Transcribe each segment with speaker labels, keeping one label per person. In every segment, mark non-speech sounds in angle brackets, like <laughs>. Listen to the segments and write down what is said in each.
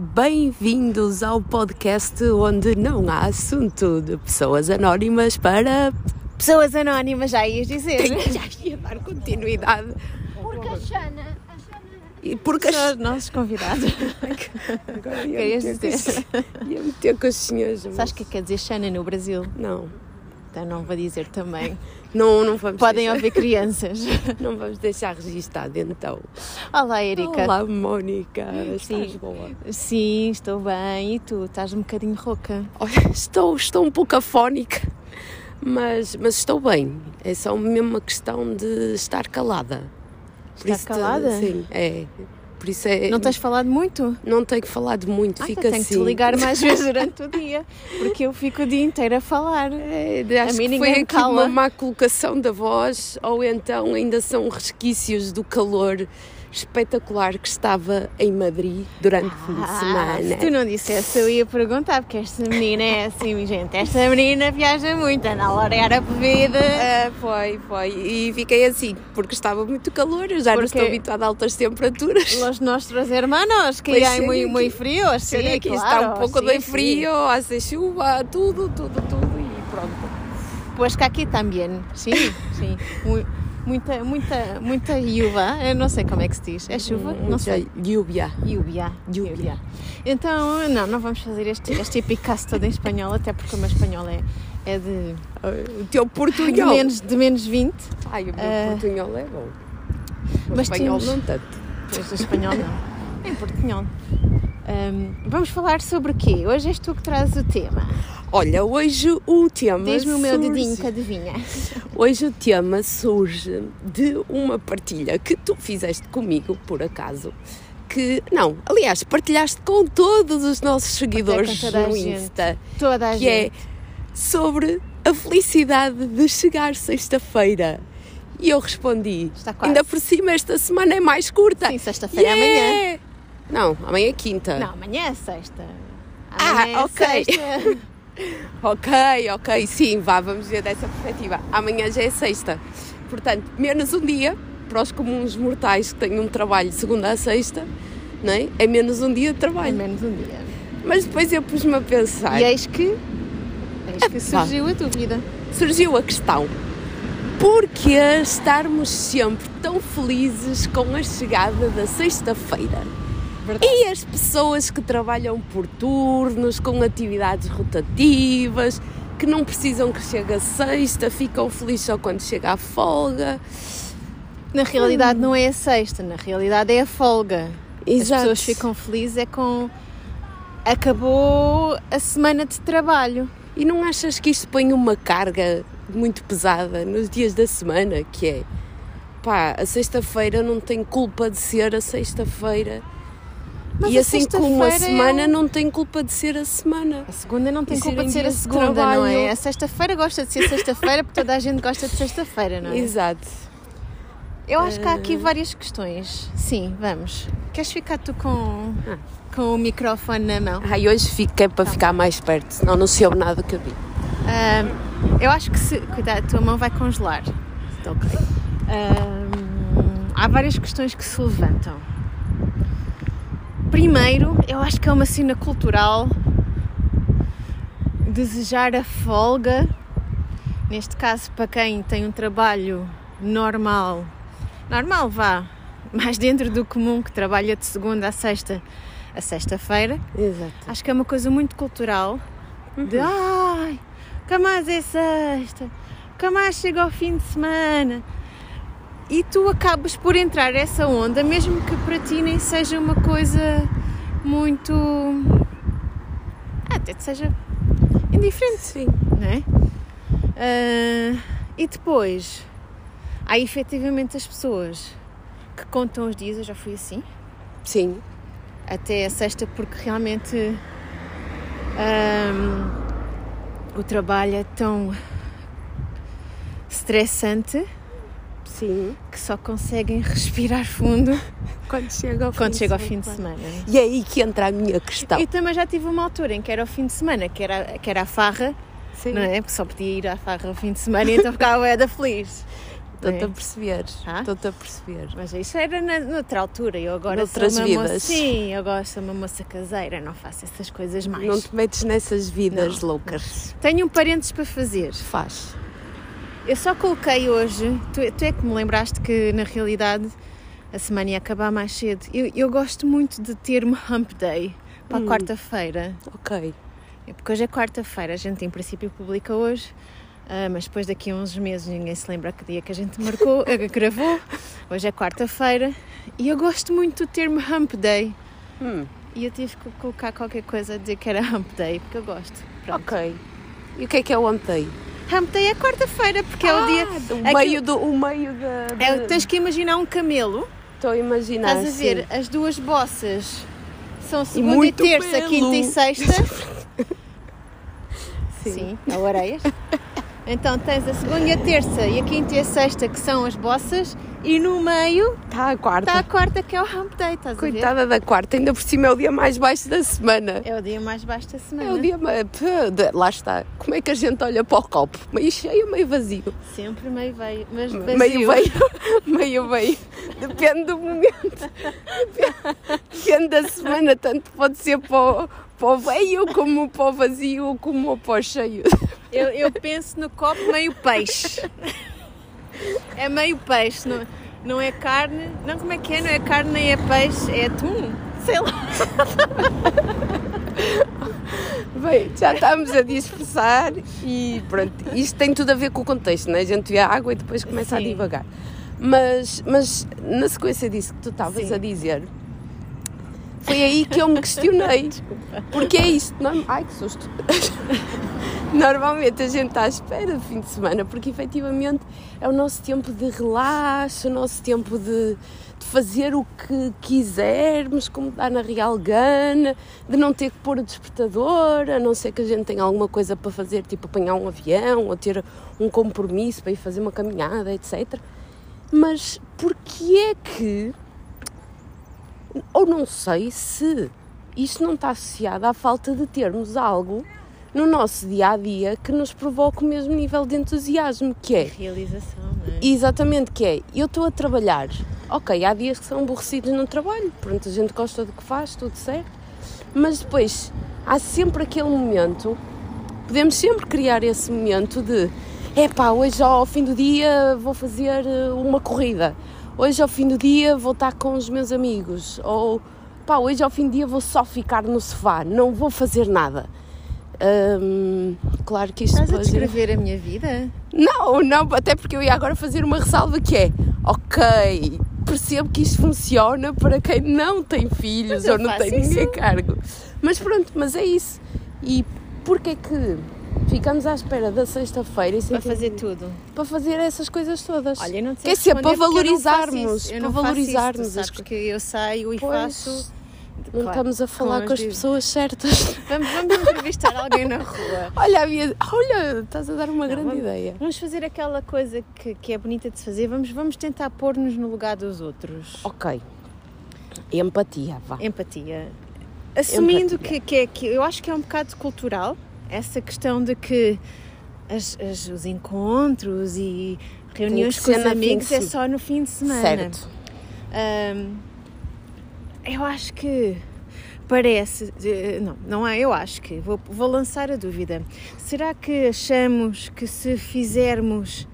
Speaker 1: bem-vindos ao podcast onde não há assunto de pessoas anónimas para.
Speaker 2: Pessoas anónimas, já ias dizer.
Speaker 1: Já ia dar continuidade.
Speaker 3: Porque a Xana, a Xana
Speaker 1: E Porque as-
Speaker 2: São os nossos convidados.
Speaker 1: Agora ia
Speaker 2: Querias
Speaker 1: meter
Speaker 2: dizer?
Speaker 1: coxinhas- Ia meter coxinhas. mas-
Speaker 2: <laughs> Sabes o que é que quer dizer Xana no Brasil?
Speaker 1: Não.
Speaker 2: Então não vou dizer também.
Speaker 1: Não, não vamos
Speaker 2: Podem
Speaker 1: deixar, <laughs>
Speaker 2: ouvir crianças.
Speaker 1: Não vamos deixar registado então.
Speaker 2: Olá, Erika.
Speaker 1: Olá, Mónica. Estás
Speaker 2: Sim.
Speaker 1: boa?
Speaker 2: Sim, estou bem. E tu? Estás um bocadinho rouca?
Speaker 1: Olha, <laughs> estou, estou um pouco afónica, mas, mas estou bem. É só mesmo uma questão de estar calada. Por
Speaker 2: Estar
Speaker 1: isso te-
Speaker 2: calada?
Speaker 1: Sim, é. Por isso é.
Speaker 2: Não tens falado muito?
Speaker 1: não tenho falado muito,
Speaker 2: Ah,
Speaker 1: fica
Speaker 2: então tenho
Speaker 1: assim.
Speaker 2: que te
Speaker 1: <laughs>
Speaker 2: ligar mais vezes durante o dia, porque eu fico o dia inteiro a falar.
Speaker 1: É,
Speaker 2: A
Speaker 1: acho
Speaker 2: mim
Speaker 1: que
Speaker 2: ninguém
Speaker 1: foi
Speaker 2: me
Speaker 1: aqui
Speaker 2: cala.
Speaker 1: uma má colocação da voz, ou então ainda são resquícios do calor espetacular que estava em Madrid durante o fim de
Speaker 2: Ah, se
Speaker 1: semana.
Speaker 2: tu não dissesse, eu ia perguntar, porque esta menina é assim, gente. Esta menina viaja muito, anda a lorear a bebida.
Speaker 1: Ah, foi, foi. E fiquei assim, porque estava muito calor, eu já não
Speaker 2: Porque-
Speaker 1: estou habituada a altas temperaturas.
Speaker 2: Los nuestros hermanos, que
Speaker 1: Pois
Speaker 2: hay
Speaker 1: sim,
Speaker 2: muy,
Speaker 1: que-
Speaker 2: muy fríos.
Speaker 1: Sim,
Speaker 2: Sí,
Speaker 1: aqui
Speaker 2: claro,
Speaker 1: está um pouco
Speaker 2: sí,
Speaker 1: de
Speaker 2: sí.
Speaker 1: frio, hace chuva, tudo, tudo, tudo e pronto.
Speaker 2: Pues que aquí también, sí, sí. Mu- Muita, muita, muita chuva. Eu não sei como é que se diz. É chuva? Não sei.
Speaker 1: Mm, Lluvia.
Speaker 2: Lluvia. Lluvia. Então, não, não vamos fazer este, este epicast todo em espanhol, até porque o meu espanhol é, é de,
Speaker 1: O teu
Speaker 2: de,
Speaker 1: portunhol.
Speaker 2: menos, de menos 20.
Speaker 1: Ai, o meu
Speaker 2: Ah.
Speaker 1: portunhol é bom. O
Speaker 2: Mas
Speaker 1: espanhol
Speaker 2: temos-
Speaker 1: não tanto.
Speaker 2: Pois, em espanhol <laughs> não. Em portunhol. Ahm, vamos falar sobre o quê? Hoje és tu que traz o tema.
Speaker 1: Olha, hoje o tema
Speaker 2: Diz-me o meu
Speaker 1: surge-
Speaker 2: dedinho que adivinha.
Speaker 1: Hoje o tema surge de uma partilha que tu fizeste comigo, por acaso. Que, não, aliás, partilhaste com todos os nossos seguidores
Speaker 2: toda a
Speaker 1: no
Speaker 2: gente.
Speaker 1: Insta.
Speaker 2: Toda a
Speaker 1: que
Speaker 2: gente.
Speaker 1: é sobre a felicidade de chegar sexta-feira. E eu respondi,
Speaker 2: Está quase.
Speaker 1: ainda por cima esta semana é mais curta.
Speaker 2: Sim, sexta-feira é amanhã.
Speaker 1: Yeah! Não, amanhã é quinta.
Speaker 2: Não, amanhã é sexta.
Speaker 1: Ah,
Speaker 2: Amanhã é
Speaker 1: ok.
Speaker 2: <laughs> sexta.
Speaker 1: Ok, ok, sim, vá, vamos ver dessa perspectiva. Amanhã já é sexta. Portanto, menos um dia para os comuns mortais que têm um trabalho de segunda a sexta, não é? É menos um dia de
Speaker 2: Pelo
Speaker 1: trabalho.
Speaker 2: menos um dia.
Speaker 1: Mas depois eu pus-me a pensar.
Speaker 2: E eis que, eis que
Speaker 1: Epá.
Speaker 2: surgiu a dúvida.
Speaker 1: surgiu a questão: por que estarmos sempre tão felizes com a chegada da sexta-feira?
Speaker 2: Verdade.
Speaker 1: E as pessoas que trabalham por turnos, com atividades rotativas, que não precisam que chegue a sexta, ficam felizes só quando chega a folga.
Speaker 2: Na realidade não é a sexta, na realidade é a folga. As
Speaker 1: Exato.
Speaker 2: pessoas ficam felizes é com... Acabou a semana de trabalho.
Speaker 1: E não achas que isto põe uma carga muito pesada nos dias da semana? Que é pá, a sexta-feira não tem culpa de ser a sexta-feira.
Speaker 2: Mas
Speaker 1: E
Speaker 2: a
Speaker 1: assim como a
Speaker 2: sexta-feira é
Speaker 1: semana
Speaker 2: um-
Speaker 1: não tem culpa de ser a semana.
Speaker 2: A segunda não tem
Speaker 1: Isso
Speaker 2: culpa
Speaker 1: em
Speaker 2: de ser a
Speaker 1: dias de
Speaker 2: segunda, não é?
Speaker 1: trabalho.
Speaker 2: A sexta-feira gosta de ser sexta-feira porque toda a gente gosta de sexta-feira, não é?
Speaker 1: Exato.
Speaker 2: Eu acho que há aqui várias questões. Eh, Sim, vamos. Queres ficar tu com,
Speaker 1: Ah.
Speaker 2: com o microfone na mão?
Speaker 1: Ai, hoje fiquei para ficar mais perto, senão não sei nada do que eu vi.
Speaker 2: Ahm, Ah, eu acho que se. Cuidado, a tua mão vai congelar.
Speaker 1: Ok.
Speaker 2: Ahm, há várias questões que se levantam. Primeiro, eu acho que é uma cena cultural desejar a folga, neste caso para quem tem um trabalho normal, normal vá, mais dentro do comum que trabalha de segunda a sexta a sexta-feira,
Speaker 1: Exato.
Speaker 2: Acho que é uma coisa muito cultural de ai, que mais é sexta, que mais chega ao fim de semana. E tu acabas por entrar essa onda, mesmo que para ti nem seja uma coisa muito. até te seja indiferente
Speaker 1: Sim.
Speaker 2: não é? Ah, e depois, há efetivamente as pessoas que contam os dias, eu já fui assim,
Speaker 1: Sim.
Speaker 2: até a sexta porque realmente ahm, o trabalho é tão estressante
Speaker 1: Sim.
Speaker 2: que só conseguem <laughs> respirar fundo
Speaker 1: Quando chega ao
Speaker 2: quando chega ao fim de semana.
Speaker 1: E é aí que entra a minha questão.
Speaker 2: E também já tive uma altura em que era o fim de semana, que era, que era a farra,
Speaker 1: <laughs>
Speaker 2: é?
Speaker 1: Sim.
Speaker 2: não é? Porque só podia ir à farra ao fim de semana e então ficava bué da feliz.
Speaker 1: Estou-te
Speaker 2: É.
Speaker 1: a perceber.
Speaker 2: Ah?
Speaker 1: Estou-te a perceber.
Speaker 2: Mas isso era na, noutra altura, eu agora
Speaker 1: Noutras
Speaker 2: sou uma
Speaker 1: vidas.
Speaker 2: moça. Sim, eu gosto, sou uma moça caseira, não faço essas coisas mais.
Speaker 1: Não te metes nessas vidas
Speaker 2: Não.
Speaker 1: loucas.
Speaker 2: Tenho um parênteses para fazer.
Speaker 1: Faz.
Speaker 2: Eu só coloquei hoje, tu, tu é que me lembraste que na realidade a semana ia acabar mais cedo. Eu, eu gosto muito de ter um hump day para
Speaker 1: Hum.
Speaker 2: a quarta-feira.
Speaker 1: Ok.
Speaker 2: É Porque hoje é quarta-feira, a gente em princípio publica hoje, ah, mas depois daqui a uns meses ninguém se lembra que dia que a gente marcou, <laughs> eh, gravou. Hoje é quarta-feira e eu gosto muito do termo hump day.
Speaker 1: Hum.
Speaker 2: E eu tive que colocar qualquer coisa a dizer que era hump day, porque eu gosto. Pronto.
Speaker 1: Ok. E o que é que é ontem?
Speaker 2: Hump day é quarta-feira, porque é o dia.
Speaker 1: Ah, do
Speaker 2: aquilo-
Speaker 1: meio do. O meio da.
Speaker 2: É,
Speaker 1: da-
Speaker 2: tens que imaginar um camelo.
Speaker 1: Estou a imaginar.
Speaker 2: Estás a
Speaker 1: sim.
Speaker 2: ver, as duas bossas são segunda e,
Speaker 1: muito
Speaker 2: terça,
Speaker 1: pelo.
Speaker 2: quinta e sexta.
Speaker 1: <laughs> Sim.
Speaker 2: Sim, ou areias. Então tens a segunda, e a terça e a quinta e a sexta que são as bossas e no meio
Speaker 1: Está Tá, a quarta.
Speaker 2: está a quarta que é o hump day, estás a ver?
Speaker 1: Coitada da quarta, ainda por cima é o dia mais baixo da semana.
Speaker 2: É né? o dia mais baixo da
Speaker 1: É,
Speaker 2: semana.
Speaker 1: o dia mais. Pô, de- Lá está. Como é que a gente olha para o copo? Meio cheio, meio vazio.
Speaker 2: Sempre meio veio, mas
Speaker 1: Meio
Speaker 2: vazio.
Speaker 1: veio, <laughs> meio veio. Depende do momento. Depende da semana, tanto pode ser para o, para o veio, como para o vazio, como para o cheio.
Speaker 2: Eu, eu penso no copo meio peixe. É meio peixe, não, não é carne. Não, como é que é? Não é carne nem é peixe, é atum. Sei lá.
Speaker 1: Bem, já estamos a dispersar e pronto, isto tem tudo a ver com o contexto, né? A gente vê a água e depois começa a
Speaker 2: Sim.
Speaker 1: divagar. Mas, mas na sequência disso que tu estavas
Speaker 2: Sim.
Speaker 1: a dizer, foi aí que eu me questionei.
Speaker 2: <laughs>
Speaker 1: Porque é isto, não? Ai que susto! Normalmente a gente está à espera do fim de semana, porque efetivamente é o nosso tempo de relaxo, o nosso tempo de, de fazer o que quisermos, como dá na real gana, de não ter que pôr o despertador, a não ser que a gente tenha alguma coisa para fazer, tipo apanhar um avião ou ter um compromisso para ir fazer uma caminhada, etc. Mas porquê é que ou não sei se isto não está associado à falta de termos algo no nosso dia a dia que nos provoque o mesmo nível de entusiasmo, que é
Speaker 2: Realização, não é?
Speaker 1: exatamente que é eu estou a trabalhar. Ok, há dias que são aborrecidos no trabalho, pronto, a gente gosta do que faz, tudo certo, mas depois há sempre aquele momento, podemos sempre criar esse momento de epá, hoje ao fim do dia vou fazer eh, uma corrida, hoje ao fim do dia vou estar com os meus amigos, ou pá, hoje ao fim do dia vou só ficar no sofá, não vou fazer nada. Ahm, claro que isto
Speaker 2: Estás a
Speaker 1: depois-
Speaker 2: descrever a minha vida?
Speaker 1: não, não, até porque eu ia agora fazer uma ressalva que é, ok, percebo que isto funciona para quem não tem filhos
Speaker 2: Mas eu
Speaker 1: ou não
Speaker 2: faço
Speaker 1: tem ninguém a
Speaker 2: isso.
Speaker 1: cargo. Mas pronto, mas é isso. E porque é que ficamos à espera da sexta-feira e
Speaker 2: Para
Speaker 1: sentimos-
Speaker 2: fazer tudo.
Speaker 1: para fazer essas coisas todas?
Speaker 2: Olha, eu não te sei
Speaker 1: Quer dizer, para
Speaker 2: responder porque eu não faço
Speaker 1: valorizarmos,
Speaker 2: isso. Eu
Speaker 1: para
Speaker 2: não faço
Speaker 1: valorizarmos
Speaker 2: isso, tu
Speaker 1: as
Speaker 2: sabes
Speaker 1: coisas.
Speaker 2: que eu saio e
Speaker 1: Pois,
Speaker 2: faço.
Speaker 1: Não
Speaker 2: Claro,
Speaker 1: estamos a falar
Speaker 2: como
Speaker 1: com
Speaker 2: eu
Speaker 1: as
Speaker 2: digo.
Speaker 1: pessoas certas. <laughs>
Speaker 2: Vamos, vamos entrevistar alguém na rua.
Speaker 1: Olha, a minha- olha, estás a dar uma grande
Speaker 2: vamos-
Speaker 1: ideia.
Speaker 2: Vamos fazer aquela coisa que, que é bonita de se fazer. Vamos, vamos tentar pôr-nos no lugar dos outros.
Speaker 1: Ok. Empatia, vá.
Speaker 2: É Empatia. Assumindo
Speaker 1: Empatia.
Speaker 2: Que, que é que eu acho que é um bocado cultural essa questão de que as- as- os encontros e reuniões com
Speaker 1: ser
Speaker 2: os
Speaker 1: no fim de
Speaker 2: amigos é
Speaker 1: se-
Speaker 2: só no fim de semana.
Speaker 1: Certo.
Speaker 2: Ahm, eu acho que parece. eh, Não, não é. Eu acho que. Vou, vou lançar a dúvida. Será que achamos que se fizermos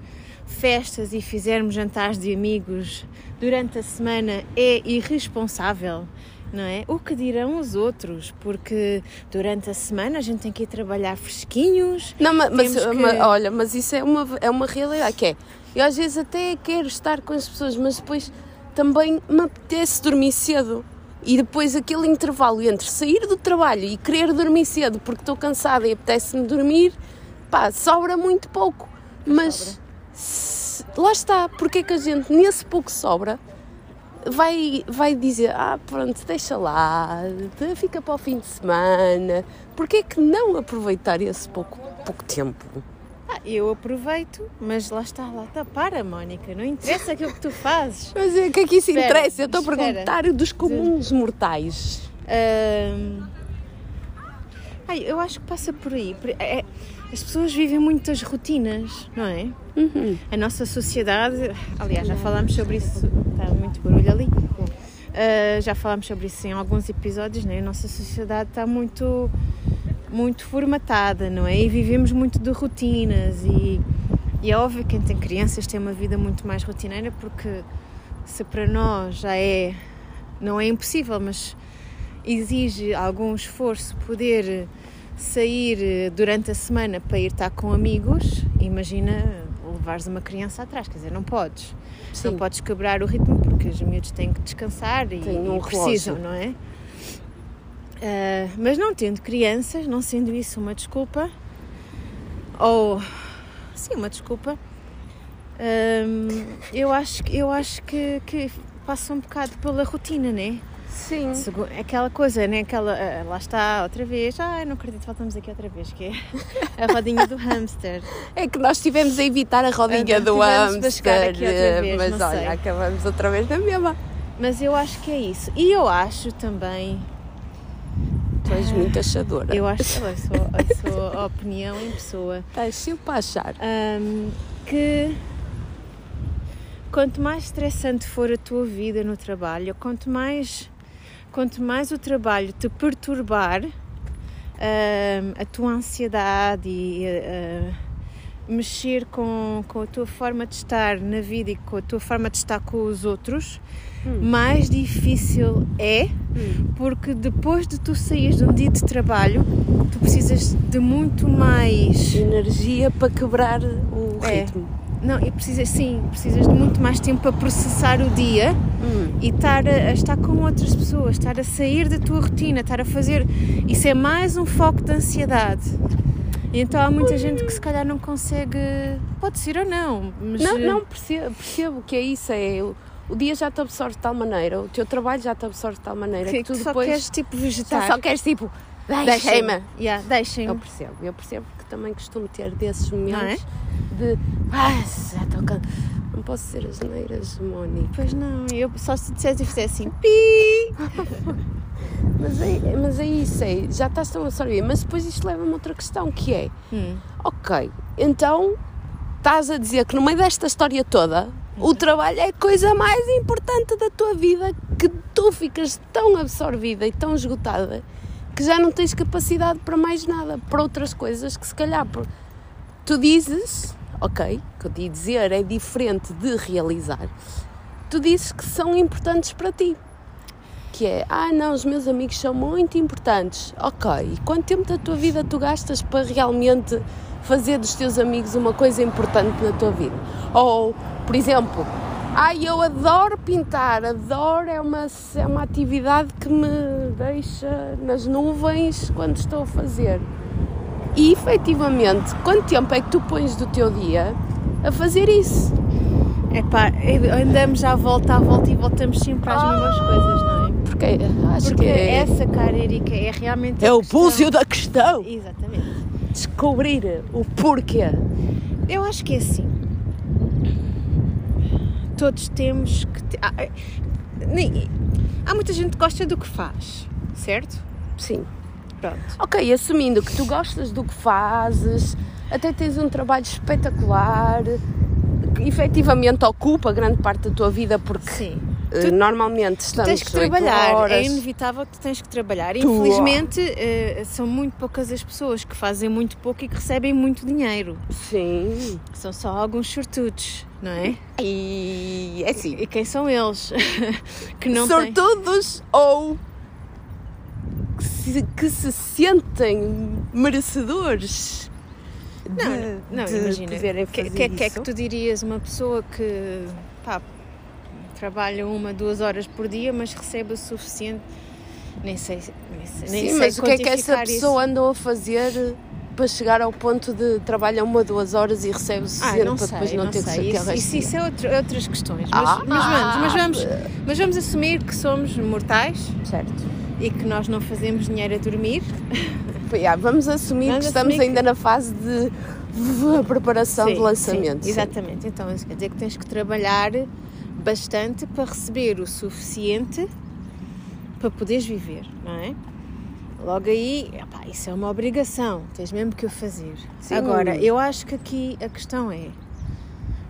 Speaker 2: festas e fizermos jantares de amigos durante a semana é irresponsável? Não é? O que dirão os outros? Porque durante a semana a gente tem que ir trabalhar fresquinhos.
Speaker 1: Não, ma- mas,
Speaker 2: Temos que-
Speaker 1: ma- olha, mas isso é uma, é uma realidade que é. Eu às vezes até quero estar com as pessoas, mas depois também me apetece dormir cedo. E depois aquele intervalo entre sair do trabalho e querer dormir cedo porque estou cansada e apetece-me dormir, pá, sobra muito pouco. Mas se- lá está, porque é que a gente nesse pouco sobra vai, vai dizer, ah pronto, deixa lá, de- fica para o fim de semana. Porquê que não aproveitar esse pouco, pouco tempo?
Speaker 2: Ah, eu aproveito, mas lá está, lá está. Para, Mónica, não interessa aquilo que tu fazes.
Speaker 1: Mas o que é que isso
Speaker 2: Espera,
Speaker 1: interessa? Eu estou a
Speaker 2: espera.
Speaker 1: perguntar dos comuns mortais.
Speaker 2: Ahm, Ai, eu acho que passa por aí. por- é- as pessoas vivem muitas rotinas, não é? A nossa sociedade, aliás, já falámos sobre isso, está muito barulho ali. Ah, já falámos sobre isso em alguns episódios, não é? A nossa sociedade está muito, muito formatada, não é? E vivemos muito de rotinas e, e é óbvio que quem tem crianças tem uma vida muito mais rotineira porque se para nós já é, não é impossível, mas exige algum esforço poder eh, sair eh, durante a semana para ir estar com amigos, imagina levares uma criança atrás, quer dizer, não podes.
Speaker 1: Sim.
Speaker 2: Não podes quebrar o ritmo porque os miúdos têm que descansar e,
Speaker 1: Tem um
Speaker 2: e precisam,
Speaker 1: relógio.
Speaker 2: não é? Ah, mas não tendo crianças, não sendo isso uma desculpa, ou sim, uma desculpa, Hum, eu acho, que- eu acho que, que passa um bocado pela rotina, né?
Speaker 1: Sim.
Speaker 2: Segu- Aquela coisa, né? Aquela, ah, lá está outra vez. Ai, não acredito, voltamos aqui outra vez, que é a rodinha do hamster.
Speaker 1: É que nós estivemos a evitar a rodinha
Speaker 2: Ah,
Speaker 1: do
Speaker 2: tivemos de chegar
Speaker 1: hamster,
Speaker 2: aqui outra vez,
Speaker 1: mas
Speaker 2: não
Speaker 1: olha,
Speaker 2: sei.
Speaker 1: acabamos outra vez na mesma.
Speaker 2: Mas eu acho que é isso. E eu acho também,
Speaker 1: Tu és muito achadora.
Speaker 2: Ah, eu acho que eu sou, eu sou a opinião em pessoa,
Speaker 1: Estás sempre a achar.
Speaker 2: hum, que quanto mais estressante for a tua vida no trabalho, quanto mais, quanto mais o trabalho te perturbar, hum, a tua ansiedade e eh, mexer com, com a tua forma de estar na vida e com a tua forma de estar com os outros, mais difícil é, porque depois de tu saíres de um dia de trabalho, tu precisas de muito mais.
Speaker 1: Energia para quebrar o
Speaker 2: É.
Speaker 1: ritmo.
Speaker 2: Não, e precisas sim, precisas de muito mais tempo para processar o dia e estar a, a estar com outras pessoas, estar a sair da tua rotina, estar a fazer. Isso é mais um foco de ansiedade. E Então há
Speaker 1: Uhum.
Speaker 2: muita gente que se calhar não consegue. Pode ser ou não, mas. eh,
Speaker 1: Não, não percebo, percebo que é isso. É, o, o dia já te absorve de tal maneira, o teu trabalho já te absorve de tal maneira
Speaker 2: é Que,
Speaker 1: que tu
Speaker 2: que só
Speaker 1: depois
Speaker 2: queres tipo
Speaker 1: já
Speaker 2: vegetar.
Speaker 1: só queres tipo,
Speaker 2: Deixem-me.
Speaker 1: deixem-me.
Speaker 2: Yeah, deixem-me.
Speaker 1: Eu percebo, eu percebo que também costumo ter desses momentos
Speaker 2: Não é?
Speaker 1: de ah, já estou can... Não posso ser as neiras, Mónica.
Speaker 2: Pois não, eu só se tu dissesse e fizesse assim. Pi!
Speaker 1: Mas é, mas é isso, é, já estás tão a sorrir. Mas depois isto leva-me a outra questão que é:
Speaker 2: Hum.
Speaker 1: ok, então estás a dizer que no meio desta história toda o trabalho é a coisa mais importante da tua vida que tu ficas tão absorvida e tão esgotada que já não tens capacidade para mais nada, para outras coisas que se calhar por- tu dizes, ok, o que eu te ia dizer é diferente de realizar, tu dizes que são importantes para ti. Que é, ah não, os meus amigos são muito importantes. Ok, e quanto tempo da tua vida tu gastas para realmente fazer dos teus amigos uma coisa importante na tua vida? Ou, por exemplo, ah, eu adoro pintar, adoro, é uma, é uma atividade que me deixa nas nuvens quando estou a fazer. E efetivamente, quanto tempo é que tu pões do teu dia a fazer isso?
Speaker 2: Epá, andamos à volta, à volta e voltamos sempre
Speaker 1: Ah.
Speaker 2: às mesmas coisas, não é?
Speaker 1: Porque acho
Speaker 2: Porque
Speaker 1: que é,
Speaker 2: essa cara, Erika, é realmente. a
Speaker 1: é o
Speaker 2: questão.
Speaker 1: búzio da questão.
Speaker 2: Exatamente.
Speaker 1: Descobrir o porquê.
Speaker 2: Eu acho que é assim. Todos temos que. te- Ah, é- nem- Há muita gente que gosta do que faz, certo?
Speaker 1: Sim.
Speaker 2: Pronto.
Speaker 1: Ok, assumindo que tu gostas do que fazes, até tens um trabalho espetacular, que efetivamente ocupa grande parte da tua vida, porque
Speaker 2: Sim.
Speaker 1: eh, normalmente estamos
Speaker 2: Tens que
Speaker 1: oito
Speaker 2: trabalhar, é
Speaker 1: horas.
Speaker 2: inevitável que tens que trabalhar.
Speaker 1: Tu-
Speaker 2: Infelizmente, eh, são muito poucas as pessoas que fazem muito pouco e que recebem muito dinheiro.
Speaker 1: Sim.
Speaker 2: São só alguns sortudos, não é?
Speaker 1: E é assim.
Speaker 2: E quem são eles? <laughs> que não têm-
Speaker 1: sortudos ou que se, que se sentem merecedores de,
Speaker 2: Não,
Speaker 1: de
Speaker 2: imagina.
Speaker 1: poderem
Speaker 2: O que,
Speaker 1: fazer
Speaker 2: que é que é
Speaker 1: isso.
Speaker 2: que tu dirias uma pessoa que pá, trabalha uma, duas horas por dia, mas recebe o suficiente? Nem sei, nem sei, nem
Speaker 1: Sim,
Speaker 2: sei
Speaker 1: mas o que é que essa
Speaker 2: quantificar isso.
Speaker 1: pessoa andou a fazer eh, para chegar ao ponto de trabalha uma, duas horas e recebe o
Speaker 2: Ah,
Speaker 1: 60
Speaker 2: não
Speaker 1: para
Speaker 2: sei,
Speaker 1: depois não,
Speaker 2: não
Speaker 1: ter que
Speaker 2: sei.
Speaker 1: ser
Speaker 2: Isso, isso, isso é outro- outras questões. Mas,
Speaker 1: Ah,
Speaker 2: mas vamos, mas,
Speaker 1: ah,
Speaker 2: vamos, mas vamos assumir que somos mortais
Speaker 1: certo.
Speaker 2: e que nós não fazemos dinheiro a dormir.
Speaker 1: Yeah, vamos assumir
Speaker 2: Vamos
Speaker 1: que estamos
Speaker 2: assumir
Speaker 1: ainda na fase de v- preparação
Speaker 2: Sim,
Speaker 1: de lançamento.
Speaker 2: sim,
Speaker 1: sim.
Speaker 2: exatamente. Então, isso quer dizer que tens que trabalhar bastante para receber o suficiente para poderes viver, não é? Logo aí, epá, isso é uma obrigação, tens mesmo que o fazer. Agora, eu acho que aqui a questão é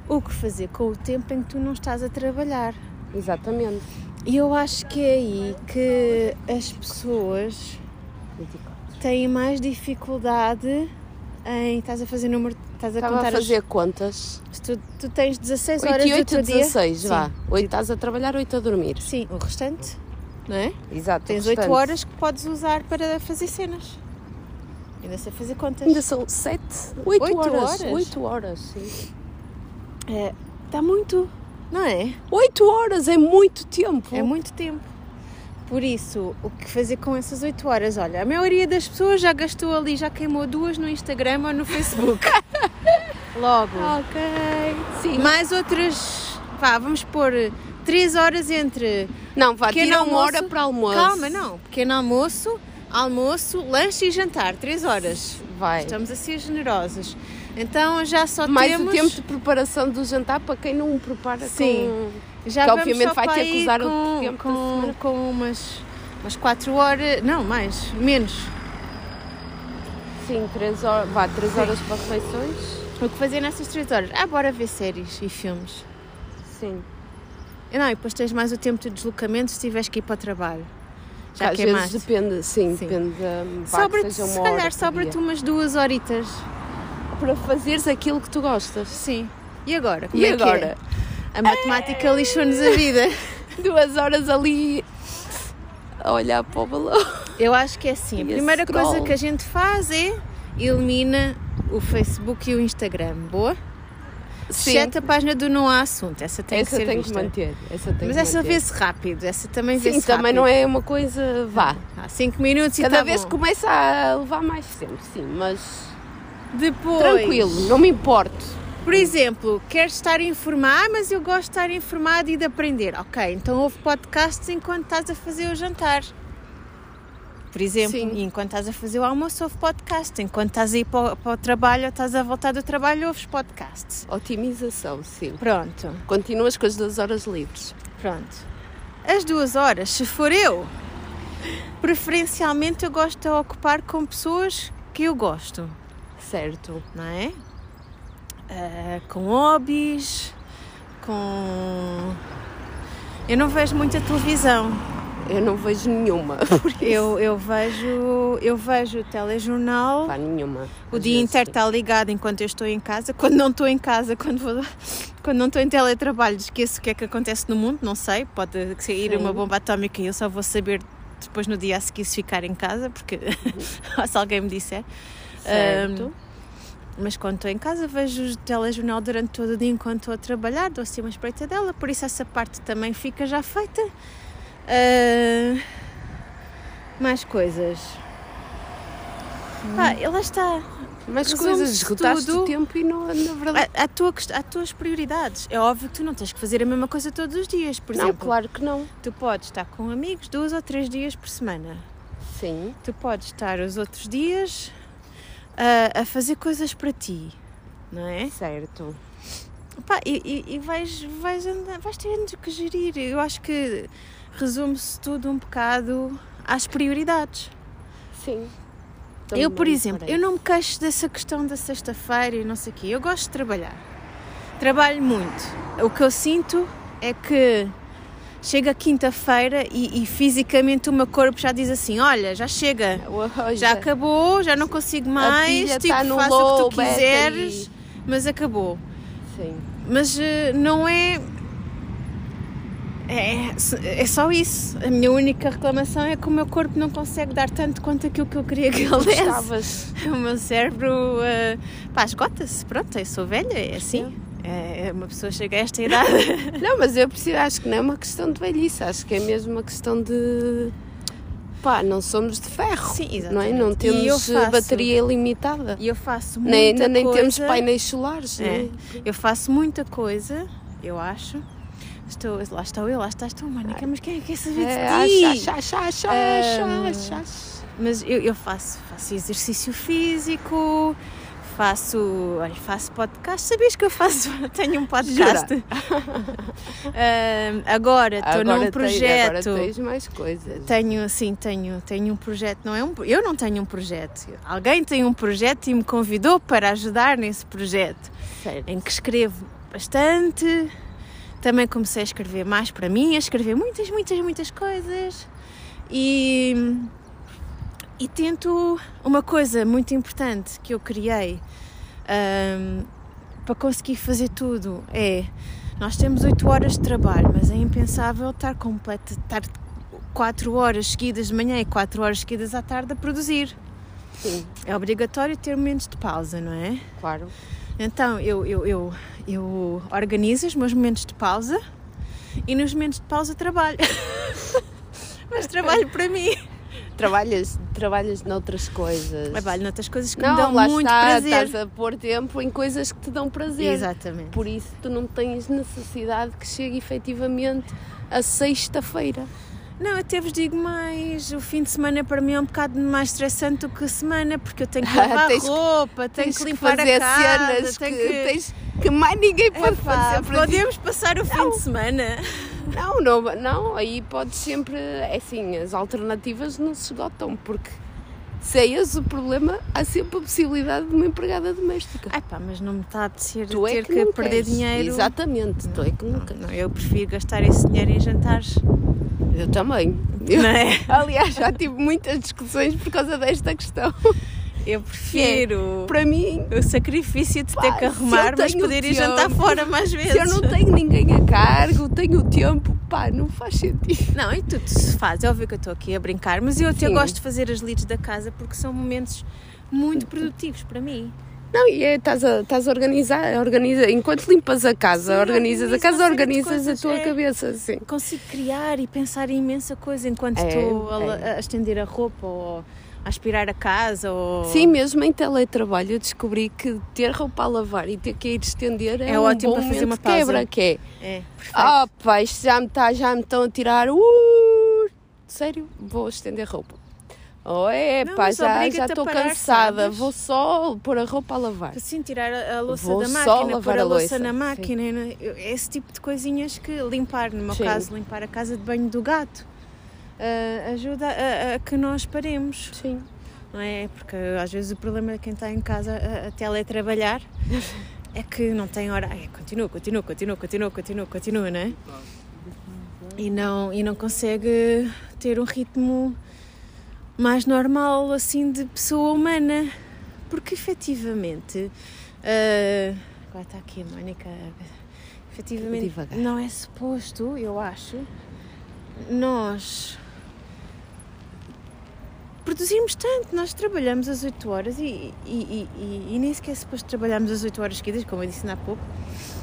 Speaker 2: o que fazer com o tempo em que tu não estás a trabalhar.
Speaker 1: Exatamente.
Speaker 2: E eu acho que é aí que as pessoas têm mais dificuldade em. Estás a fazer número. Estás a
Speaker 1: Estava
Speaker 2: contar
Speaker 1: a
Speaker 2: as-
Speaker 1: fazer contas.
Speaker 2: se tu, tu tens 16 horas
Speaker 1: 8 e
Speaker 2: do
Speaker 1: 8,
Speaker 2: teu dia.
Speaker 1: 16,
Speaker 2: Sim.
Speaker 1: vá. 8 estás a trabalhar, 8 a dormir.
Speaker 2: Sim, o restante, não é?
Speaker 1: Exato.
Speaker 2: Tens 8
Speaker 1: portanto,
Speaker 2: horas que podes usar para fazer cenas. Ainda sei fazer contas.
Speaker 1: Ainda são 7, 8,
Speaker 2: Oito
Speaker 1: horas.
Speaker 2: horas?
Speaker 1: 8 horas, sim.
Speaker 2: É, dá muito, não é?
Speaker 1: 8 horas é muito tempo.
Speaker 2: É muito tempo. Por isso, o que fazer com essas 8 horas? Olha, a maioria das pessoas já gastou ali, já queimou duas no Instagram ou
Speaker 1: <laughs>
Speaker 2: no Facebook. Logo.
Speaker 1: Ok. Sim.
Speaker 2: Mais outras, vá, vamos pôr 3 horas entre
Speaker 1: Não, vá,
Speaker 2: Pequeno
Speaker 1: tira uma
Speaker 2: almoço.
Speaker 1: hora para almoço.
Speaker 2: Calma, não. Pequeno almoço, almoço, lanche e jantar. Três horas.
Speaker 1: Vai.
Speaker 2: Estamos a ser generosas. Então já só
Speaker 1: Mais
Speaker 2: temos...
Speaker 1: o tempo de preparação do jantar para quem não o prepara
Speaker 2: Sim.
Speaker 1: com... um-
Speaker 2: já
Speaker 1: que
Speaker 2: vamos
Speaker 1: obviamente
Speaker 2: só
Speaker 1: vai
Speaker 2: para
Speaker 1: ter que
Speaker 2: aí
Speaker 1: usar
Speaker 2: com,
Speaker 1: outro tempo da semana.
Speaker 2: com, com umas, umas quatro horas... Não, mais. Menos.
Speaker 1: Sim, 3 horas, vá, 3 horas para refeições.
Speaker 2: O que fazer nessas três horas? Ah, bora ver séries e filmes.
Speaker 1: Sim.
Speaker 2: E Não, e depois tens mais o tempo de deslocamento se tiveres que ir para o trabalho.
Speaker 1: Que
Speaker 2: Já
Speaker 1: às
Speaker 2: queimaste.
Speaker 1: vezes depende, sim,
Speaker 2: Sim.
Speaker 1: depende da
Speaker 2: Sobra-te,
Speaker 1: seja uma
Speaker 2: se
Speaker 1: hora
Speaker 2: calhar,
Speaker 1: por
Speaker 2: sobra-te um-
Speaker 1: dia.
Speaker 2: umas duas horitas.
Speaker 1: para fazeres aquilo que tu gostas.
Speaker 2: Sim. E agora? Como
Speaker 1: E
Speaker 2: é que é?
Speaker 1: agora?
Speaker 2: A matemática lixou-nos a vida.
Speaker 1: <laughs> <laughs> Duas horas ali a olhar para o balão.
Speaker 2: Eu acho que é assim. A
Speaker 1: E a
Speaker 2: primeira
Speaker 1: scroll.
Speaker 2: coisa que a gente faz é elimina o Facebook e o Instagram. Boa? Exceto a página do Não Há Assunto. Essa tem
Speaker 1: essa
Speaker 2: que ser
Speaker 1: tem que
Speaker 2: vista.
Speaker 1: manter. Essa tem
Speaker 2: Mas
Speaker 1: que
Speaker 2: essa
Speaker 1: manter.
Speaker 2: vê-se rápido. Essa também
Speaker 1: Sim,
Speaker 2: vê-se rápido.
Speaker 1: também não é uma coisa vá.
Speaker 2: Há 5 minutos e
Speaker 1: Cada
Speaker 2: tá
Speaker 1: vez
Speaker 2: bom.
Speaker 1: começa a levar mais tempo, sim, mas
Speaker 2: Depois,
Speaker 1: tranquilo, não me importo.
Speaker 2: Por exemplo, queres estar informado, ah, mas eu gosto de estar informado e de aprender. Ok, então ouve podcasts enquanto estás a fazer o jantar. Por exemplo,
Speaker 1: Sim.
Speaker 2: e enquanto estás a fazer o almoço, ouve podcast. Enquanto estás a ir para o, para o trabalho ou estás a voltar do trabalho, ouves podcasts.
Speaker 1: Otimização, sim.
Speaker 2: Pronto,
Speaker 1: Continuas com as duas horas livres.
Speaker 2: pronto. As duas horas, se for eu, preferencialmente eu gosto de ocupar com pessoas que eu gosto.
Speaker 1: Certo.
Speaker 2: não é? Ah, com hobbies, com. Eu não vejo muita televisão.
Speaker 1: Eu não vejo nenhuma. <laughs> Por isso.
Speaker 2: Eu, eu vejo eu vejo o telejornal.
Speaker 1: Pá, nenhuma.
Speaker 2: O
Speaker 1: Às
Speaker 2: dia
Speaker 1: vezes,
Speaker 2: inteiro
Speaker 1: sim.
Speaker 2: está ligado enquanto eu estou em casa. Quando não estou em casa, quando, vou- quando não estou em teletrabalho, esqueço o que é que acontece no mundo, não sei. Pode sair
Speaker 1: Sim.
Speaker 2: uma bomba atómica e eu só vou saber depois no dia a seguir se ficar em casa, porque <laughs> se alguém me disser.
Speaker 1: Certo.
Speaker 2: Ahm, mas quando estou em casa, vejo o telejornal durante todo o dia enquanto estou a trabalhar, dou assim uma espreita dela, por isso essa parte também fica já feita. Ah, mais coisas. Ah, e lá está.
Speaker 1: Mas
Speaker 2: Resume-se
Speaker 1: coisas, esgotaste
Speaker 2: tudo.
Speaker 1: o tempo e não, na verdade.
Speaker 2: Há, há tua quest- há tuas prioridades. É óbvio que tu não tens que fazer a mesma coisa todos os dias. Por
Speaker 1: não,
Speaker 2: exemplo,
Speaker 1: claro que não.
Speaker 2: tu podes estar com amigos dois ou três dias por semana.
Speaker 1: Sim,
Speaker 2: Tu podes estar os outros dias ah, a, a fazer coisas para ti, não é?
Speaker 1: certo.
Speaker 2: Pá, e, e- e vais, vais, andar, vais tendo que gerir. Eu acho que resume-se tudo um bocado às prioridades.
Speaker 1: Sim.
Speaker 2: eu, por
Speaker 1: Também
Speaker 2: exemplo,
Speaker 1: parece.
Speaker 2: eu não me queixo dessa questão da sexta-feira e não sei o quê. Eu gosto de trabalhar. Trabalho muito. O que eu sinto é que chega quinta-feira e, e fisicamente o meu corpo já diz assim: olha, já chega,
Speaker 1: Hoje,
Speaker 2: já acabou, já não consigo mais,
Speaker 1: é. pilha
Speaker 2: tipo,
Speaker 1: tá no
Speaker 2: faz o que tu
Speaker 1: low, beta e-
Speaker 2: quiseres, mas acabou
Speaker 1: Sim.
Speaker 2: mas eh, não é. É, é só isso. A minha única reclamação é que o meu corpo não consegue dar tanto quanto aquilo que eu queria que ele desse.
Speaker 1: Gostavas.
Speaker 2: <laughs> O meu cérebro eh, pá, esgota-se. Pronto, eu sou velha, é assim. É, uma pessoa chega a esta idade.
Speaker 1: Não, mas eu preciso, acho que não é uma questão de velhice, acho que é mesmo uma questão de. Pá, não somos de ferro.
Speaker 2: Sim,
Speaker 1: Não é?
Speaker 2: exatamente.
Speaker 1: Não
Speaker 2: E eu
Speaker 1: temos
Speaker 2: faço-
Speaker 1: bateria ilimitada.
Speaker 2: <laughs> E eu faço muita
Speaker 1: Nem, ainda nem
Speaker 2: coisa.
Speaker 1: temos painéis solares, não
Speaker 2: É,
Speaker 1: é?
Speaker 2: né? eu faço muita coisa, eu acho. Estou, lá estou eu, lá estás tu, Mónica, mas quem é que quer saber de ti?
Speaker 1: É, acha, acha, acha,
Speaker 2: É.
Speaker 1: acha,
Speaker 2: Ahm.
Speaker 1: acha, acha.
Speaker 2: Mas eu, eu faço, faço exercício físico, Faço, olha, faço podcast. Sabias que eu faço? <laughs> Tenho um podcast. <laughs> Ah, agora estou
Speaker 1: Agora
Speaker 2: num
Speaker 1: tens-
Speaker 2: projeto. Tá.
Speaker 1: agora tens mais coisas.
Speaker 2: Tenho, sim, tenho, tenho um projeto, não é um, eu não tenho um projeto. Alguém tem um projeto e me convidou para ajudar nesse projeto,
Speaker 1: Certo.
Speaker 2: em que escrevo bastante. Também comecei a escrever mais para mim, a escrever muitas, muitas, muitas coisas. E e tento uma coisa muito importante que eu criei ahm, para conseguir fazer tudo é nós temos 8 horas de trabalho, mas é impensável estar completo, estar 4 horas seguidas de manhã e 4 horas seguidas à tarde a produzir.
Speaker 1: Sim,
Speaker 2: É obrigatório ter momentos de pausa, não é?
Speaker 1: claro.
Speaker 2: Então eu, eu, eu, eu organizo os meus momentos de pausa e nos momentos de pausa trabalho. <laughs> mas trabalho para mim.
Speaker 1: Trabalhas, trabalhas noutras coisas.
Speaker 2: Trabalho noutras coisas que
Speaker 1: Não,
Speaker 2: me dão
Speaker 1: lá
Speaker 2: muito
Speaker 1: está,
Speaker 2: prazer.
Speaker 1: estás a pôr tempo em coisas que te dão prazer.
Speaker 2: Exatamente.
Speaker 1: Por isso tu não tens necessidade que chegue efetivamente a sexta-feira.
Speaker 2: Não, eu até vos digo mais, o fim de semana para mim é um bocado mais estressante do que a semana, porque eu tenho
Speaker 1: <laughs>
Speaker 2: que
Speaker 1: Ah,
Speaker 2: lavar
Speaker 1: tens que-
Speaker 2: roupa, tenho
Speaker 1: Tens
Speaker 2: que limpar a casa, tenho
Speaker 1: que, tens- que mais ninguém pode
Speaker 2: Epá,
Speaker 1: fazer para ti.
Speaker 2: podemos passar o fim de semana.
Speaker 1: Não, não, não, aí podes sempre. É assim, as alternativas não se dotam, porque se é esse o problema, há sempre a possibilidade de uma empregada doméstica.
Speaker 2: Ai pá, mas não me está a apetecer
Speaker 1: tu
Speaker 2: ter
Speaker 1: é que,
Speaker 2: que,
Speaker 1: não
Speaker 2: perder
Speaker 1: queres.
Speaker 2: dinheiro. Ah.
Speaker 1: Exatamente, tu é que não queres.
Speaker 2: Não, eu prefiro gastar esse dinheiro em jantares.
Speaker 1: Eu também. Eu-
Speaker 2: Não é?
Speaker 1: aliás, já tive muitas discussões por causa desta questão.
Speaker 2: Eu prefiro
Speaker 1: Para mim,
Speaker 2: É. o sacrifício de ter
Speaker 1: Pá,
Speaker 2: que
Speaker 1: se eu
Speaker 2: arrumar, mas
Speaker 1: tenho
Speaker 2: poder
Speaker 1: tempo,
Speaker 2: ir jantar fora mais vezes.
Speaker 1: se eu não tenho ninguém a cargo, tenho tempo, pá, não faz sentido.
Speaker 2: Não, e tudo se faz. É óbvio que eu estou aqui a brincar, mas eu até
Speaker 1: Sim.
Speaker 2: gosto de fazer as leads da casa porque são momentos muito produtivos para mim.
Speaker 1: Não, e é, estás a, estás a organizar, organiza, enquanto limpas a casa,
Speaker 2: Sim,
Speaker 1: organizas a
Speaker 2: organizo uma
Speaker 1: casa,
Speaker 2: série de
Speaker 1: organizas a
Speaker 2: coisas,
Speaker 1: tua
Speaker 2: é.
Speaker 1: cabeça, sim.
Speaker 2: Consigo criar e pensar em imensa coisa enquanto
Speaker 1: É,
Speaker 2: estou a, la-
Speaker 1: é.
Speaker 2: a estender a roupa ou a aspirar a casa ou...
Speaker 1: Sim, mesmo em teletrabalho eu descobri que ter roupa a lavar e ter que ir estender é,
Speaker 2: É
Speaker 1: um
Speaker 2: ótimo
Speaker 1: bom
Speaker 2: para
Speaker 1: momento
Speaker 2: fazer uma
Speaker 1: de quebra,
Speaker 2: pausa.
Speaker 1: que é.
Speaker 2: É, perfeito.
Speaker 1: Opa, isto já me, tá, já me estão a tirar. Uh, sério, vou estender roupa. Oh, é,
Speaker 2: Não,
Speaker 1: pá,
Speaker 2: mas
Speaker 1: já
Speaker 2: obriga-te
Speaker 1: já
Speaker 2: a
Speaker 1: estou
Speaker 2: parar,
Speaker 1: cansada.
Speaker 2: sabes?
Speaker 1: Vou só pôr a roupa a lavar.
Speaker 2: Assim, tirar a, a louça
Speaker 1: Vou
Speaker 2: da
Speaker 1: só
Speaker 2: máquina,
Speaker 1: lavar
Speaker 2: pôr a,
Speaker 1: a
Speaker 2: louça
Speaker 1: louça,
Speaker 2: na
Speaker 1: sim.
Speaker 2: máquina, eu- esse tipo de coisinhas que limpar, no meu
Speaker 1: Sim.
Speaker 2: caso, limpar a casa de banho do gato, ah, ajuda a- a que nós paremos.
Speaker 1: Sim.
Speaker 2: não é? Porque às vezes o problema de quem está em casa a, a teletrabalhar é que não tem hora. É, continua, continua, continua, continua, continua, continua, não é? E não, e não consegue ter um ritmo mais normal, assim, de pessoa humana. Porque efetivamente. ah, agora está aqui a Mónica. Efetivamente,
Speaker 1: Devagar.
Speaker 2: não é suposto, eu acho, nós produzimos tanto, nós trabalhamos às 8 horas e, e, e, e, e nem sequer depois trabalharmos às 8 horas seguidas, como eu disse há pouco,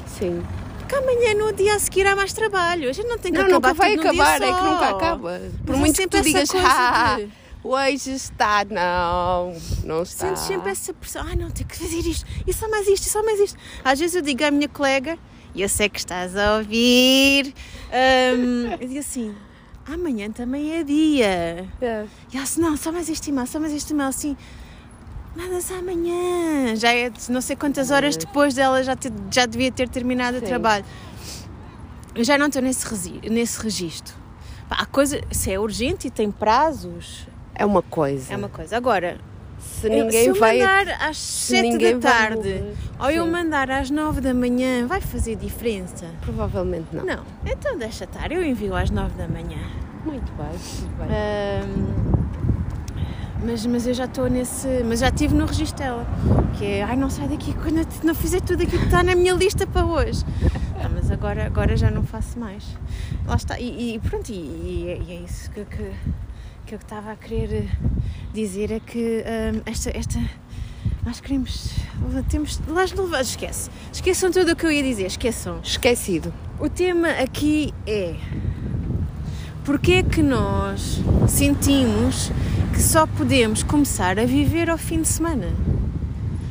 Speaker 1: Sim.
Speaker 2: porque amanhã no dia a seguir há mais trabalho. A gente não tem que
Speaker 1: Não,
Speaker 2: acabar
Speaker 1: nunca vai
Speaker 2: tudo num dia
Speaker 1: acabar, é que
Speaker 2: só.
Speaker 1: nunca acaba. Por
Speaker 2: Mas é
Speaker 1: muito que
Speaker 2: sempre
Speaker 1: tu
Speaker 2: essa
Speaker 1: digas,
Speaker 2: coisa
Speaker 1: ah,
Speaker 2: de-
Speaker 1: hoje está. Não, não está.
Speaker 2: Sentes sempre essa pressão, ai não, tenho que fazer isto, e só mais isto, e só mais isto. Às vezes eu digo à minha colega, e eu sei que estás a ouvir, hum, eu digo assim, amanhã também é dia.
Speaker 1: É.
Speaker 2: E ela disse, não, só mais este e-mail, só mais este e-mail, assim, mandas amanhã. Já é de não sei quantas horas depois dela já, ter- já devia ter terminado o
Speaker 1: Sim.
Speaker 2: trabalho. Eu já não estou nesse, resi- nesse registro. Pá, a coisa, se é urgente e tem prazos,
Speaker 1: É uma coisa.
Speaker 2: é uma coisa. Agora,
Speaker 1: Se
Speaker 2: eu-
Speaker 1: ninguém
Speaker 2: se eu
Speaker 1: vai.
Speaker 2: mandar às
Speaker 1: se
Speaker 2: 7
Speaker 1: ninguém
Speaker 2: da
Speaker 1: vai
Speaker 2: tarde
Speaker 1: morrer,
Speaker 2: ou eu
Speaker 1: sim.
Speaker 2: mandar às 9 da manhã, vai fazer diferença?
Speaker 1: Provavelmente não.
Speaker 2: Não, então deixa estar, eu envio às 9 da manhã.
Speaker 1: Muito bem, muito bem.
Speaker 2: Ahm, mas, mas eu já estou nesse. Mas já estive no registro dela. Que é, ai não sai daqui quando eu te- não fizer tudo aquilo que está na minha lista para hoje. Ah, mas agora, agora já não faço mais. Lá está. E, e pronto, e, e é- e é isso que, que, que eu estava a querer eh, dizer: é que ahm, esta. esta nós queremos. Temos. Lá não levar. Esquece. Esqueçam tudo o que eu ia dizer. Esqueçam.
Speaker 1: Esquecido.
Speaker 2: O tema aqui é porque é que nós sentimos que só podemos começar a viver ao fim de semana?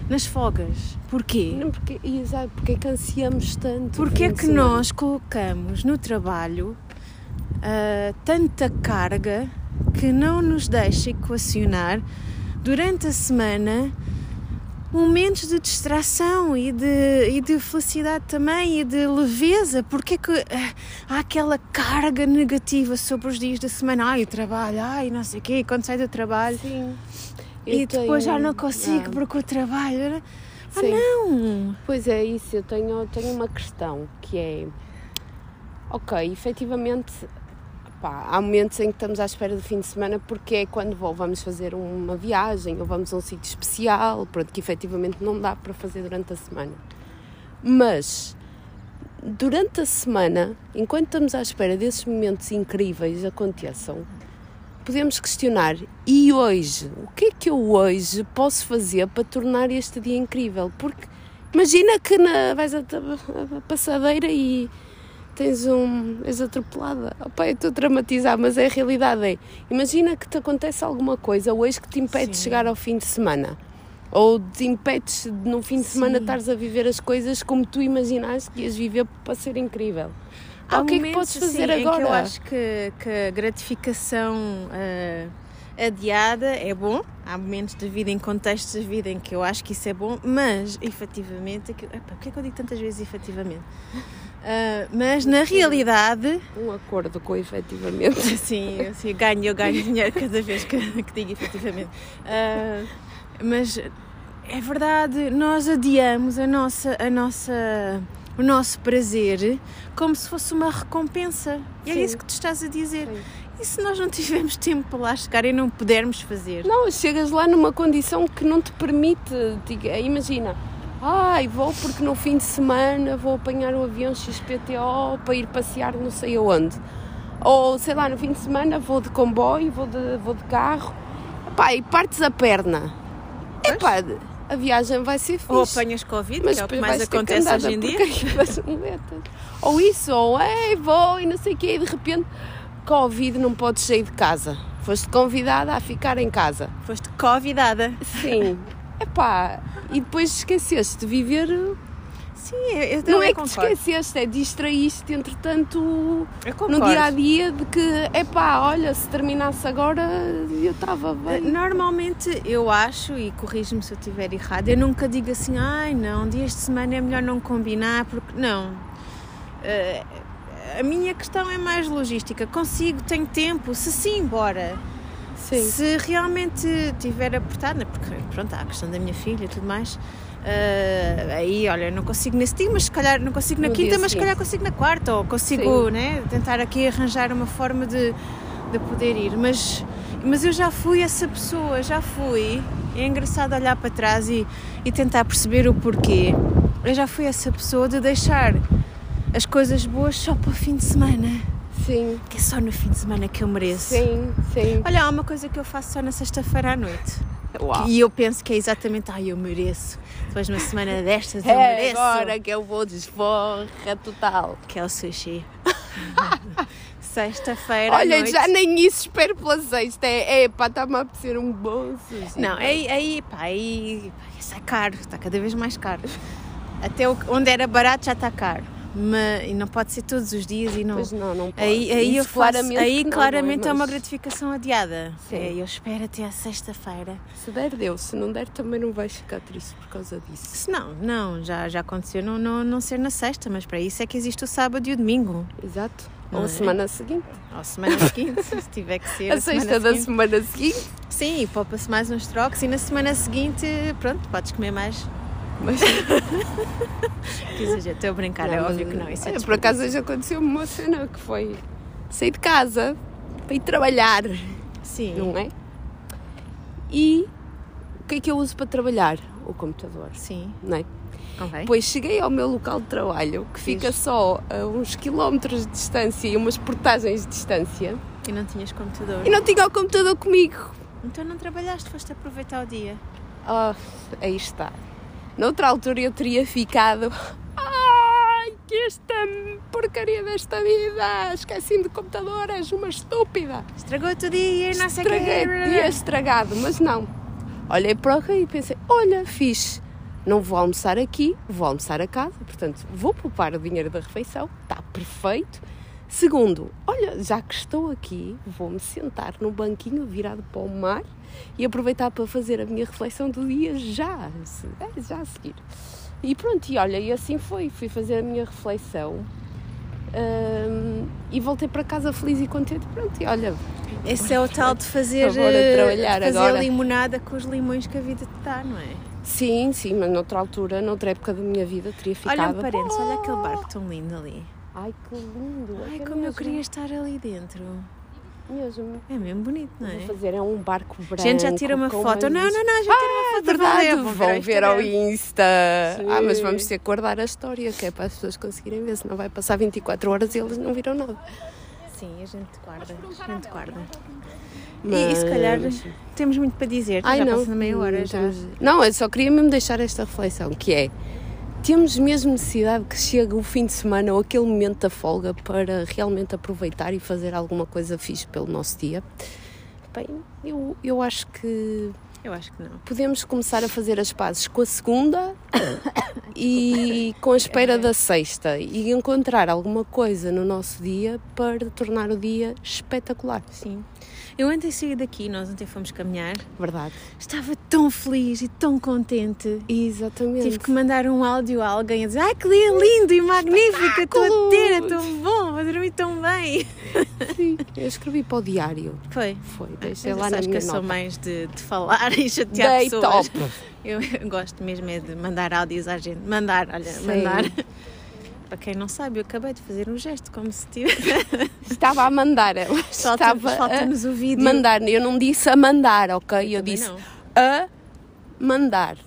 Speaker 2: Nas folgas. Porquê?
Speaker 1: Não, porque, exato, porque é que ansiamos tanto?
Speaker 2: Porque é
Speaker 1: Fim de
Speaker 2: que
Speaker 1: semana.
Speaker 2: nós colocamos no trabalho ah, tanta carga que não nos deixa equacionar durante a semana momentos de distração e de, e de felicidade também e de leveza. Porque é que ah, há aquela carga negativa sobre os dias da semana? Ai, o trabalho, ai, não sei o quê, quando sai do trabalho.
Speaker 1: Sim.
Speaker 2: e
Speaker 1: Eu tenho-
Speaker 2: depois já não consigo
Speaker 1: Ah,
Speaker 2: porque o trabalho. né? Ah,
Speaker 1: Sim.
Speaker 2: não!
Speaker 1: Pois é isso, eu tenho, tenho uma questão que é ok, efetivamente pá, há momentos em que estamos à espera do fim de semana porque é quando vou, vamos fazer uma viagem ou vamos a um sítio especial, pronto, que efetivamente não dá para fazer durante a semana. Mas durante a semana, enquanto estamos à espera desses momentos incríveis aconteçam, podemos questionar e hoje, o que é que eu hoje posso fazer para tornar este dia incrível? Porque imagina que na, vais à ta- à passadeira e tens um. és atropelada. Opa, eu estou a traumatizar, mas é a realidade. É. Imagina que te acontece alguma coisa hoje que te impede de chegar ao fim de semana. Ou te impedes de, no fim de semana estares a viver as coisas como tu imaginaste que ias viver para ser incrível. Ah, o que é que
Speaker 2: momentos,
Speaker 1: podes fazer
Speaker 2: assim, em
Speaker 1: agora?
Speaker 2: que eu acho que, que a gratificação ah, adiada é bom. Há momentos de vida, em contextos de vida, em que eu acho que isso é bom, mas efetivamente. aquilo- epá, Porquê é que eu digo tantas vezes efetivamente? Ah, mas na realidade,
Speaker 1: Um acordo com efetivamente.
Speaker 2: assim, assim eu ganho, eu ganho dinheiro cada vez que, que digo efetivamente. Ah, mas é verdade, nós adiamos a nossa, a nossa, o nosso prazer como se fosse uma recompensa. E é
Speaker 1: Sim.
Speaker 2: isso que tu estás a dizer.
Speaker 1: Sim.
Speaker 2: E se nós não tivermos tempo para lá chegar e não pudermos fazer?
Speaker 1: Não, chegas lá numa condição que não te permite. diga- imagina, ai, vou porque no fim de semana vou apanhar o avião XPTO para ir passear não sei aonde. Ou sei lá, no fim de semana vou de comboio, vou de, vou de carro. Epá, e partes a perna. Epá, a viagem vai ser fixe.
Speaker 2: Ou apanhas Covid, que é o que
Speaker 1: depois
Speaker 2: mais
Speaker 1: vais ter que
Speaker 2: acontece
Speaker 1: andar
Speaker 2: hoje em dia.
Speaker 1: porque aí vais muletas. Ou isso, ou ei, vou e não sei o quê, e de repente, Covid, não podes sair de casa. Foste convidada a ficar em casa.
Speaker 2: Foste convidada.
Speaker 1: Sim. Epá, e depois esqueceste de viver.
Speaker 2: Sim, eu, eu
Speaker 1: não
Speaker 2: também
Speaker 1: é que te
Speaker 2: concordo.
Speaker 1: esqueceste, é distraíste, entretanto,
Speaker 2: Eu
Speaker 1: no
Speaker 2: concordo.
Speaker 1: dia a dia, de que, epá, olha, se terminasse agora, eu estava bem.
Speaker 2: Eh, Normalmente eu acho, e corrijo-me se eu estiver errado, eu nunca digo assim, ai não, dias de semana é melhor não combinar, porque não. Eh, a minha questão é mais logística. Consigo, tenho tempo, se sim, bora. Se realmente tiver apertado, né, porque pronto, há a questão da minha filha e tudo mais. eh, aí, olha, não consigo nesse dia, mas se calhar não consigo na
Speaker 1: No
Speaker 2: quinta,
Speaker 1: dia
Speaker 2: mas se calhar consigo na quarta, ou consigo né, tentar aqui arranjar uma forma de, de poder ir. Mas, mas eu já fui essa pessoa, já fui. É engraçado olhar para trás e, e tentar perceber o porquê. Eu já fui essa pessoa de deixar as coisas boas só para o fim de semana,
Speaker 1: Sim,
Speaker 2: que é só no fim de semana que eu mereço.
Speaker 1: sim, sim.
Speaker 2: Olha, há uma coisa que eu faço só na sexta-feira à noite.
Speaker 1: Uau.
Speaker 2: E eu penso que é exatamente, ai, eu mereço. Depois de uma semana destas, eu
Speaker 1: É
Speaker 2: mereço.
Speaker 1: agora que eu vou desforra total.
Speaker 2: Que é o sushi. <laughs> sexta-feira à
Speaker 1: Olha,
Speaker 2: noite.
Speaker 1: já nem isso espero pela sexta. É, é pá, está-me a apetecer um bom sushi.
Speaker 2: Não, aí, aí, pá, aí está caro, está cada vez mais caro. Até o- onde era barato já está caro. Mas, e não pode ser todos os dias e não.
Speaker 1: Pois não, não pode.
Speaker 2: Aí, aí
Speaker 1: Isso
Speaker 2: eu faço,
Speaker 1: que
Speaker 2: aí
Speaker 1: não, não é?
Speaker 2: claramente é uma
Speaker 1: Mas
Speaker 2: gratificação adiada.
Speaker 1: Sim.
Speaker 2: É, eu espero até à sexta-feira.
Speaker 1: Se der, deu. Se não der, também não vais ficar triste por causa disso.
Speaker 2: Se não, não, já, já aconteceu não, não, não ser na sexta, mas para isso é que existe o sábado e o domingo.
Speaker 1: Exato.
Speaker 2: Não
Speaker 1: Ou a
Speaker 2: é?
Speaker 1: semana seguinte.
Speaker 2: Ou a
Speaker 1: <laughs>
Speaker 2: semana seguinte, se tiver que ser.
Speaker 1: a sexta da semana seguinte.
Speaker 2: seguinte. Sim, e poupa-se mais uns trocos e na semana seguinte, pronto, podes comer mais. <laughs>
Speaker 1: Mas,
Speaker 2: Que exagero, estou a brincar, é
Speaker 1: Não,
Speaker 2: óbvio
Speaker 1: mas-
Speaker 2: que não. Isso é
Speaker 1: olha, por acaso hoje aconteceu-me uma cena que foi sair de casa para ir trabalhar,
Speaker 2: Sim.
Speaker 1: não é? E o que é que eu uso para trabalhar? O computador,
Speaker 2: Sim,
Speaker 1: não é?
Speaker 2: convém.
Speaker 1: Depois cheguei ao meu local de trabalho, que fica só a uns quilómetros de distância e umas portagens de distância,
Speaker 2: E não tinhas computador.
Speaker 1: e não tinha o computador comigo.
Speaker 2: Então não trabalhaste, foste aproveitar o dia.
Speaker 1: Oh, aí está. Noutra altura eu teria ficado. <laughs> Ai, que esta porcaria desta vida! Esqueci-me de computador, és uma estúpida!
Speaker 2: Estragou-te o dia e não sei o quê.
Speaker 1: Estraguei, tinha estragado, mas não. Olhei para o rei e pensei: olha, fixe, não vou almoçar aqui, vou almoçar a casa, portanto vou poupar o dinheiro da refeição, está perfeito. Segundo, olha, já que estou aqui, vou-me sentar no banquinho virado para o mar e aproveitar para fazer a minha reflexão do dia já, se- é, já a seguir. E pronto, e olha, e assim foi, fui fazer a minha reflexão hum, e voltei para casa feliz e contente. Pronto, e olha,
Speaker 2: Esse é o tal de fazer,
Speaker 1: Por favor, a
Speaker 2: eh,
Speaker 1: trabalhar
Speaker 2: fazer
Speaker 1: agora.
Speaker 2: limonada com os limões que a vida te dá, não é?
Speaker 1: sim, sim, mas noutra altura, noutra época da minha vida, teria ficado.
Speaker 2: Olha um parênteses, olha aquele barco tão lindo ali.
Speaker 1: Ai, que lindo!
Speaker 2: Ai,
Speaker 1: é
Speaker 2: como eu
Speaker 1: mesmo,
Speaker 2: queria estar ali dentro.
Speaker 1: Mesmo.
Speaker 2: É mesmo bonito, não é?
Speaker 1: Vou fazer é um barco branco.
Speaker 2: A gente já tirou uma
Speaker 1: com
Speaker 2: foto. Não,
Speaker 1: umas
Speaker 2: não, não, já tirou uma
Speaker 1: É
Speaker 2: foto.
Speaker 1: verdade,
Speaker 2: vão ver,
Speaker 1: vão ver ao
Speaker 2: Instagram.
Speaker 1: Insta. Ah, mas
Speaker 2: Sim.
Speaker 1: vamos ter que guardar a história, que é para as pessoas conseguirem ver, senão vai passar 24 horas e eles não viram nada. Ah!
Speaker 2: Sim, a gente guarda. A gente guarda. E, e
Speaker 1: Mas-
Speaker 2: se calhar temos muito para dizer.
Speaker 1: Ai,
Speaker 2: já
Speaker 1: não.
Speaker 2: passa meia hora já.
Speaker 1: temos- Não, eu só queria mesmo deixar esta reflexão, que é temos mesmo necessidade que chegue o fim de semana ou aquele momento da folga para realmente aproveitar e fazer alguma coisa fixe pelo nosso dia. Bem, eu, eu acho que
Speaker 2: Eu acho que não.
Speaker 1: podemos começar a fazer as pazes com a
Speaker 2: <coughs>
Speaker 1: segunda e com a espera da sexta e encontrar alguma coisa no nosso dia para tornar o dia espetacular.
Speaker 2: Sim. Eu ontem saí daqui, nós ontem fomos caminhar.
Speaker 1: Verdade.
Speaker 2: Estava tão feliz e tão contente.
Speaker 1: Exatamente.
Speaker 2: Tive que mandar um áudio a alguém a dizer Ai, que dia lindo e magnífico! A tua
Speaker 1: Espetáculo!"
Speaker 2: tera, tão bom, vou dormir tão bem.
Speaker 1: Sim, Eu escrevi para o diário.
Speaker 2: Foi.
Speaker 1: Foi,
Speaker 2: Ah, Mas
Speaker 1: deixei
Speaker 2: eu
Speaker 1: lá na
Speaker 2: acho que
Speaker 1: minha
Speaker 2: eu sou
Speaker 1: nota.
Speaker 2: mais de, de falar <laughs> e chatear
Speaker 1: Dei
Speaker 2: pessoas.
Speaker 1: top.
Speaker 2: Eu, <laughs> eu gosto mesmo é de mandar áudios à gente. Mandar, olha,
Speaker 1: Sim.
Speaker 2: mandar. <laughs> Para quem não sabe, eu acabei de fazer um gesto como se tivesse.
Speaker 1: Estava a mandar.
Speaker 2: <laughs>
Speaker 1: ela
Speaker 2: Falta-
Speaker 1: <laughs> Estava a
Speaker 2: Falta-nos o um vídeo.
Speaker 1: mandar. Eu não disse a mandar, ok? Eu,
Speaker 2: Também
Speaker 1: disse
Speaker 2: não.
Speaker 1: a mandar.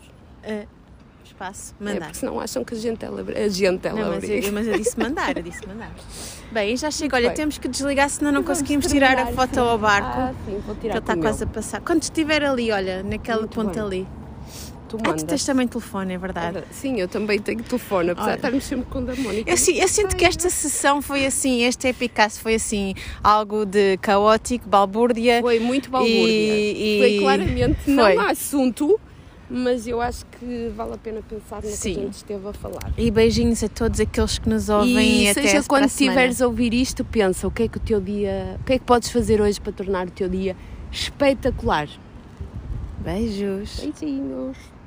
Speaker 2: Espaço,
Speaker 1: É
Speaker 2: mandar.
Speaker 1: porque senão acham que a gente é labre... A gente é
Speaker 2: Não, mas, eu,
Speaker 1: <laughs> labriga.
Speaker 2: mas eu disse mandar, eu disse
Speaker 1: <laughs>
Speaker 2: mandar. Bem, já chega. Olha,
Speaker 1: bem.
Speaker 2: temos que desligar, senão não
Speaker 1: Vamos
Speaker 2: conseguimos tirar a
Speaker 1: terminar,
Speaker 2: foto
Speaker 1: sim.
Speaker 2: ao barco.
Speaker 1: Ah, sim, vou tirar
Speaker 2: que ele tá está
Speaker 1: com o
Speaker 2: quase a
Speaker 1: meu.
Speaker 2: passar. Quando estiver ali, olha, naquela
Speaker 1: Muito
Speaker 2: ponta
Speaker 1: bem.
Speaker 2: ali.
Speaker 1: Tu
Speaker 2: Ah, tu tens
Speaker 1: mandas.
Speaker 2: também telefone, é verdade.
Speaker 1: Sim, eu também tenho telefone, apesar
Speaker 2: Olha.
Speaker 1: de estarmos sempre com o da Mónica.
Speaker 2: Eu, si- eu sinto que esta sessão foi assim, este Epicasso foi assim, algo de caótico, balbúrdia.
Speaker 1: Foi muito balbúrdia.
Speaker 2: E-
Speaker 1: Foi
Speaker 2: e-
Speaker 1: claramente
Speaker 2: foi.
Speaker 1: não há assunto, mas eu acho que vale a pena pensar no
Speaker 2: Sim.
Speaker 1: que a gente esteve a falar.
Speaker 2: E beijinhos a todos aqueles que nos ouvem
Speaker 1: E
Speaker 2: até
Speaker 1: seja
Speaker 2: para
Speaker 1: quando
Speaker 2: a semana.
Speaker 1: estiveres a ouvir isto, pensa o que é que o teu dia, o que é que podes fazer hoje para tornar o teu dia espetacular.
Speaker 2: Beijos.
Speaker 1: Beijinhos.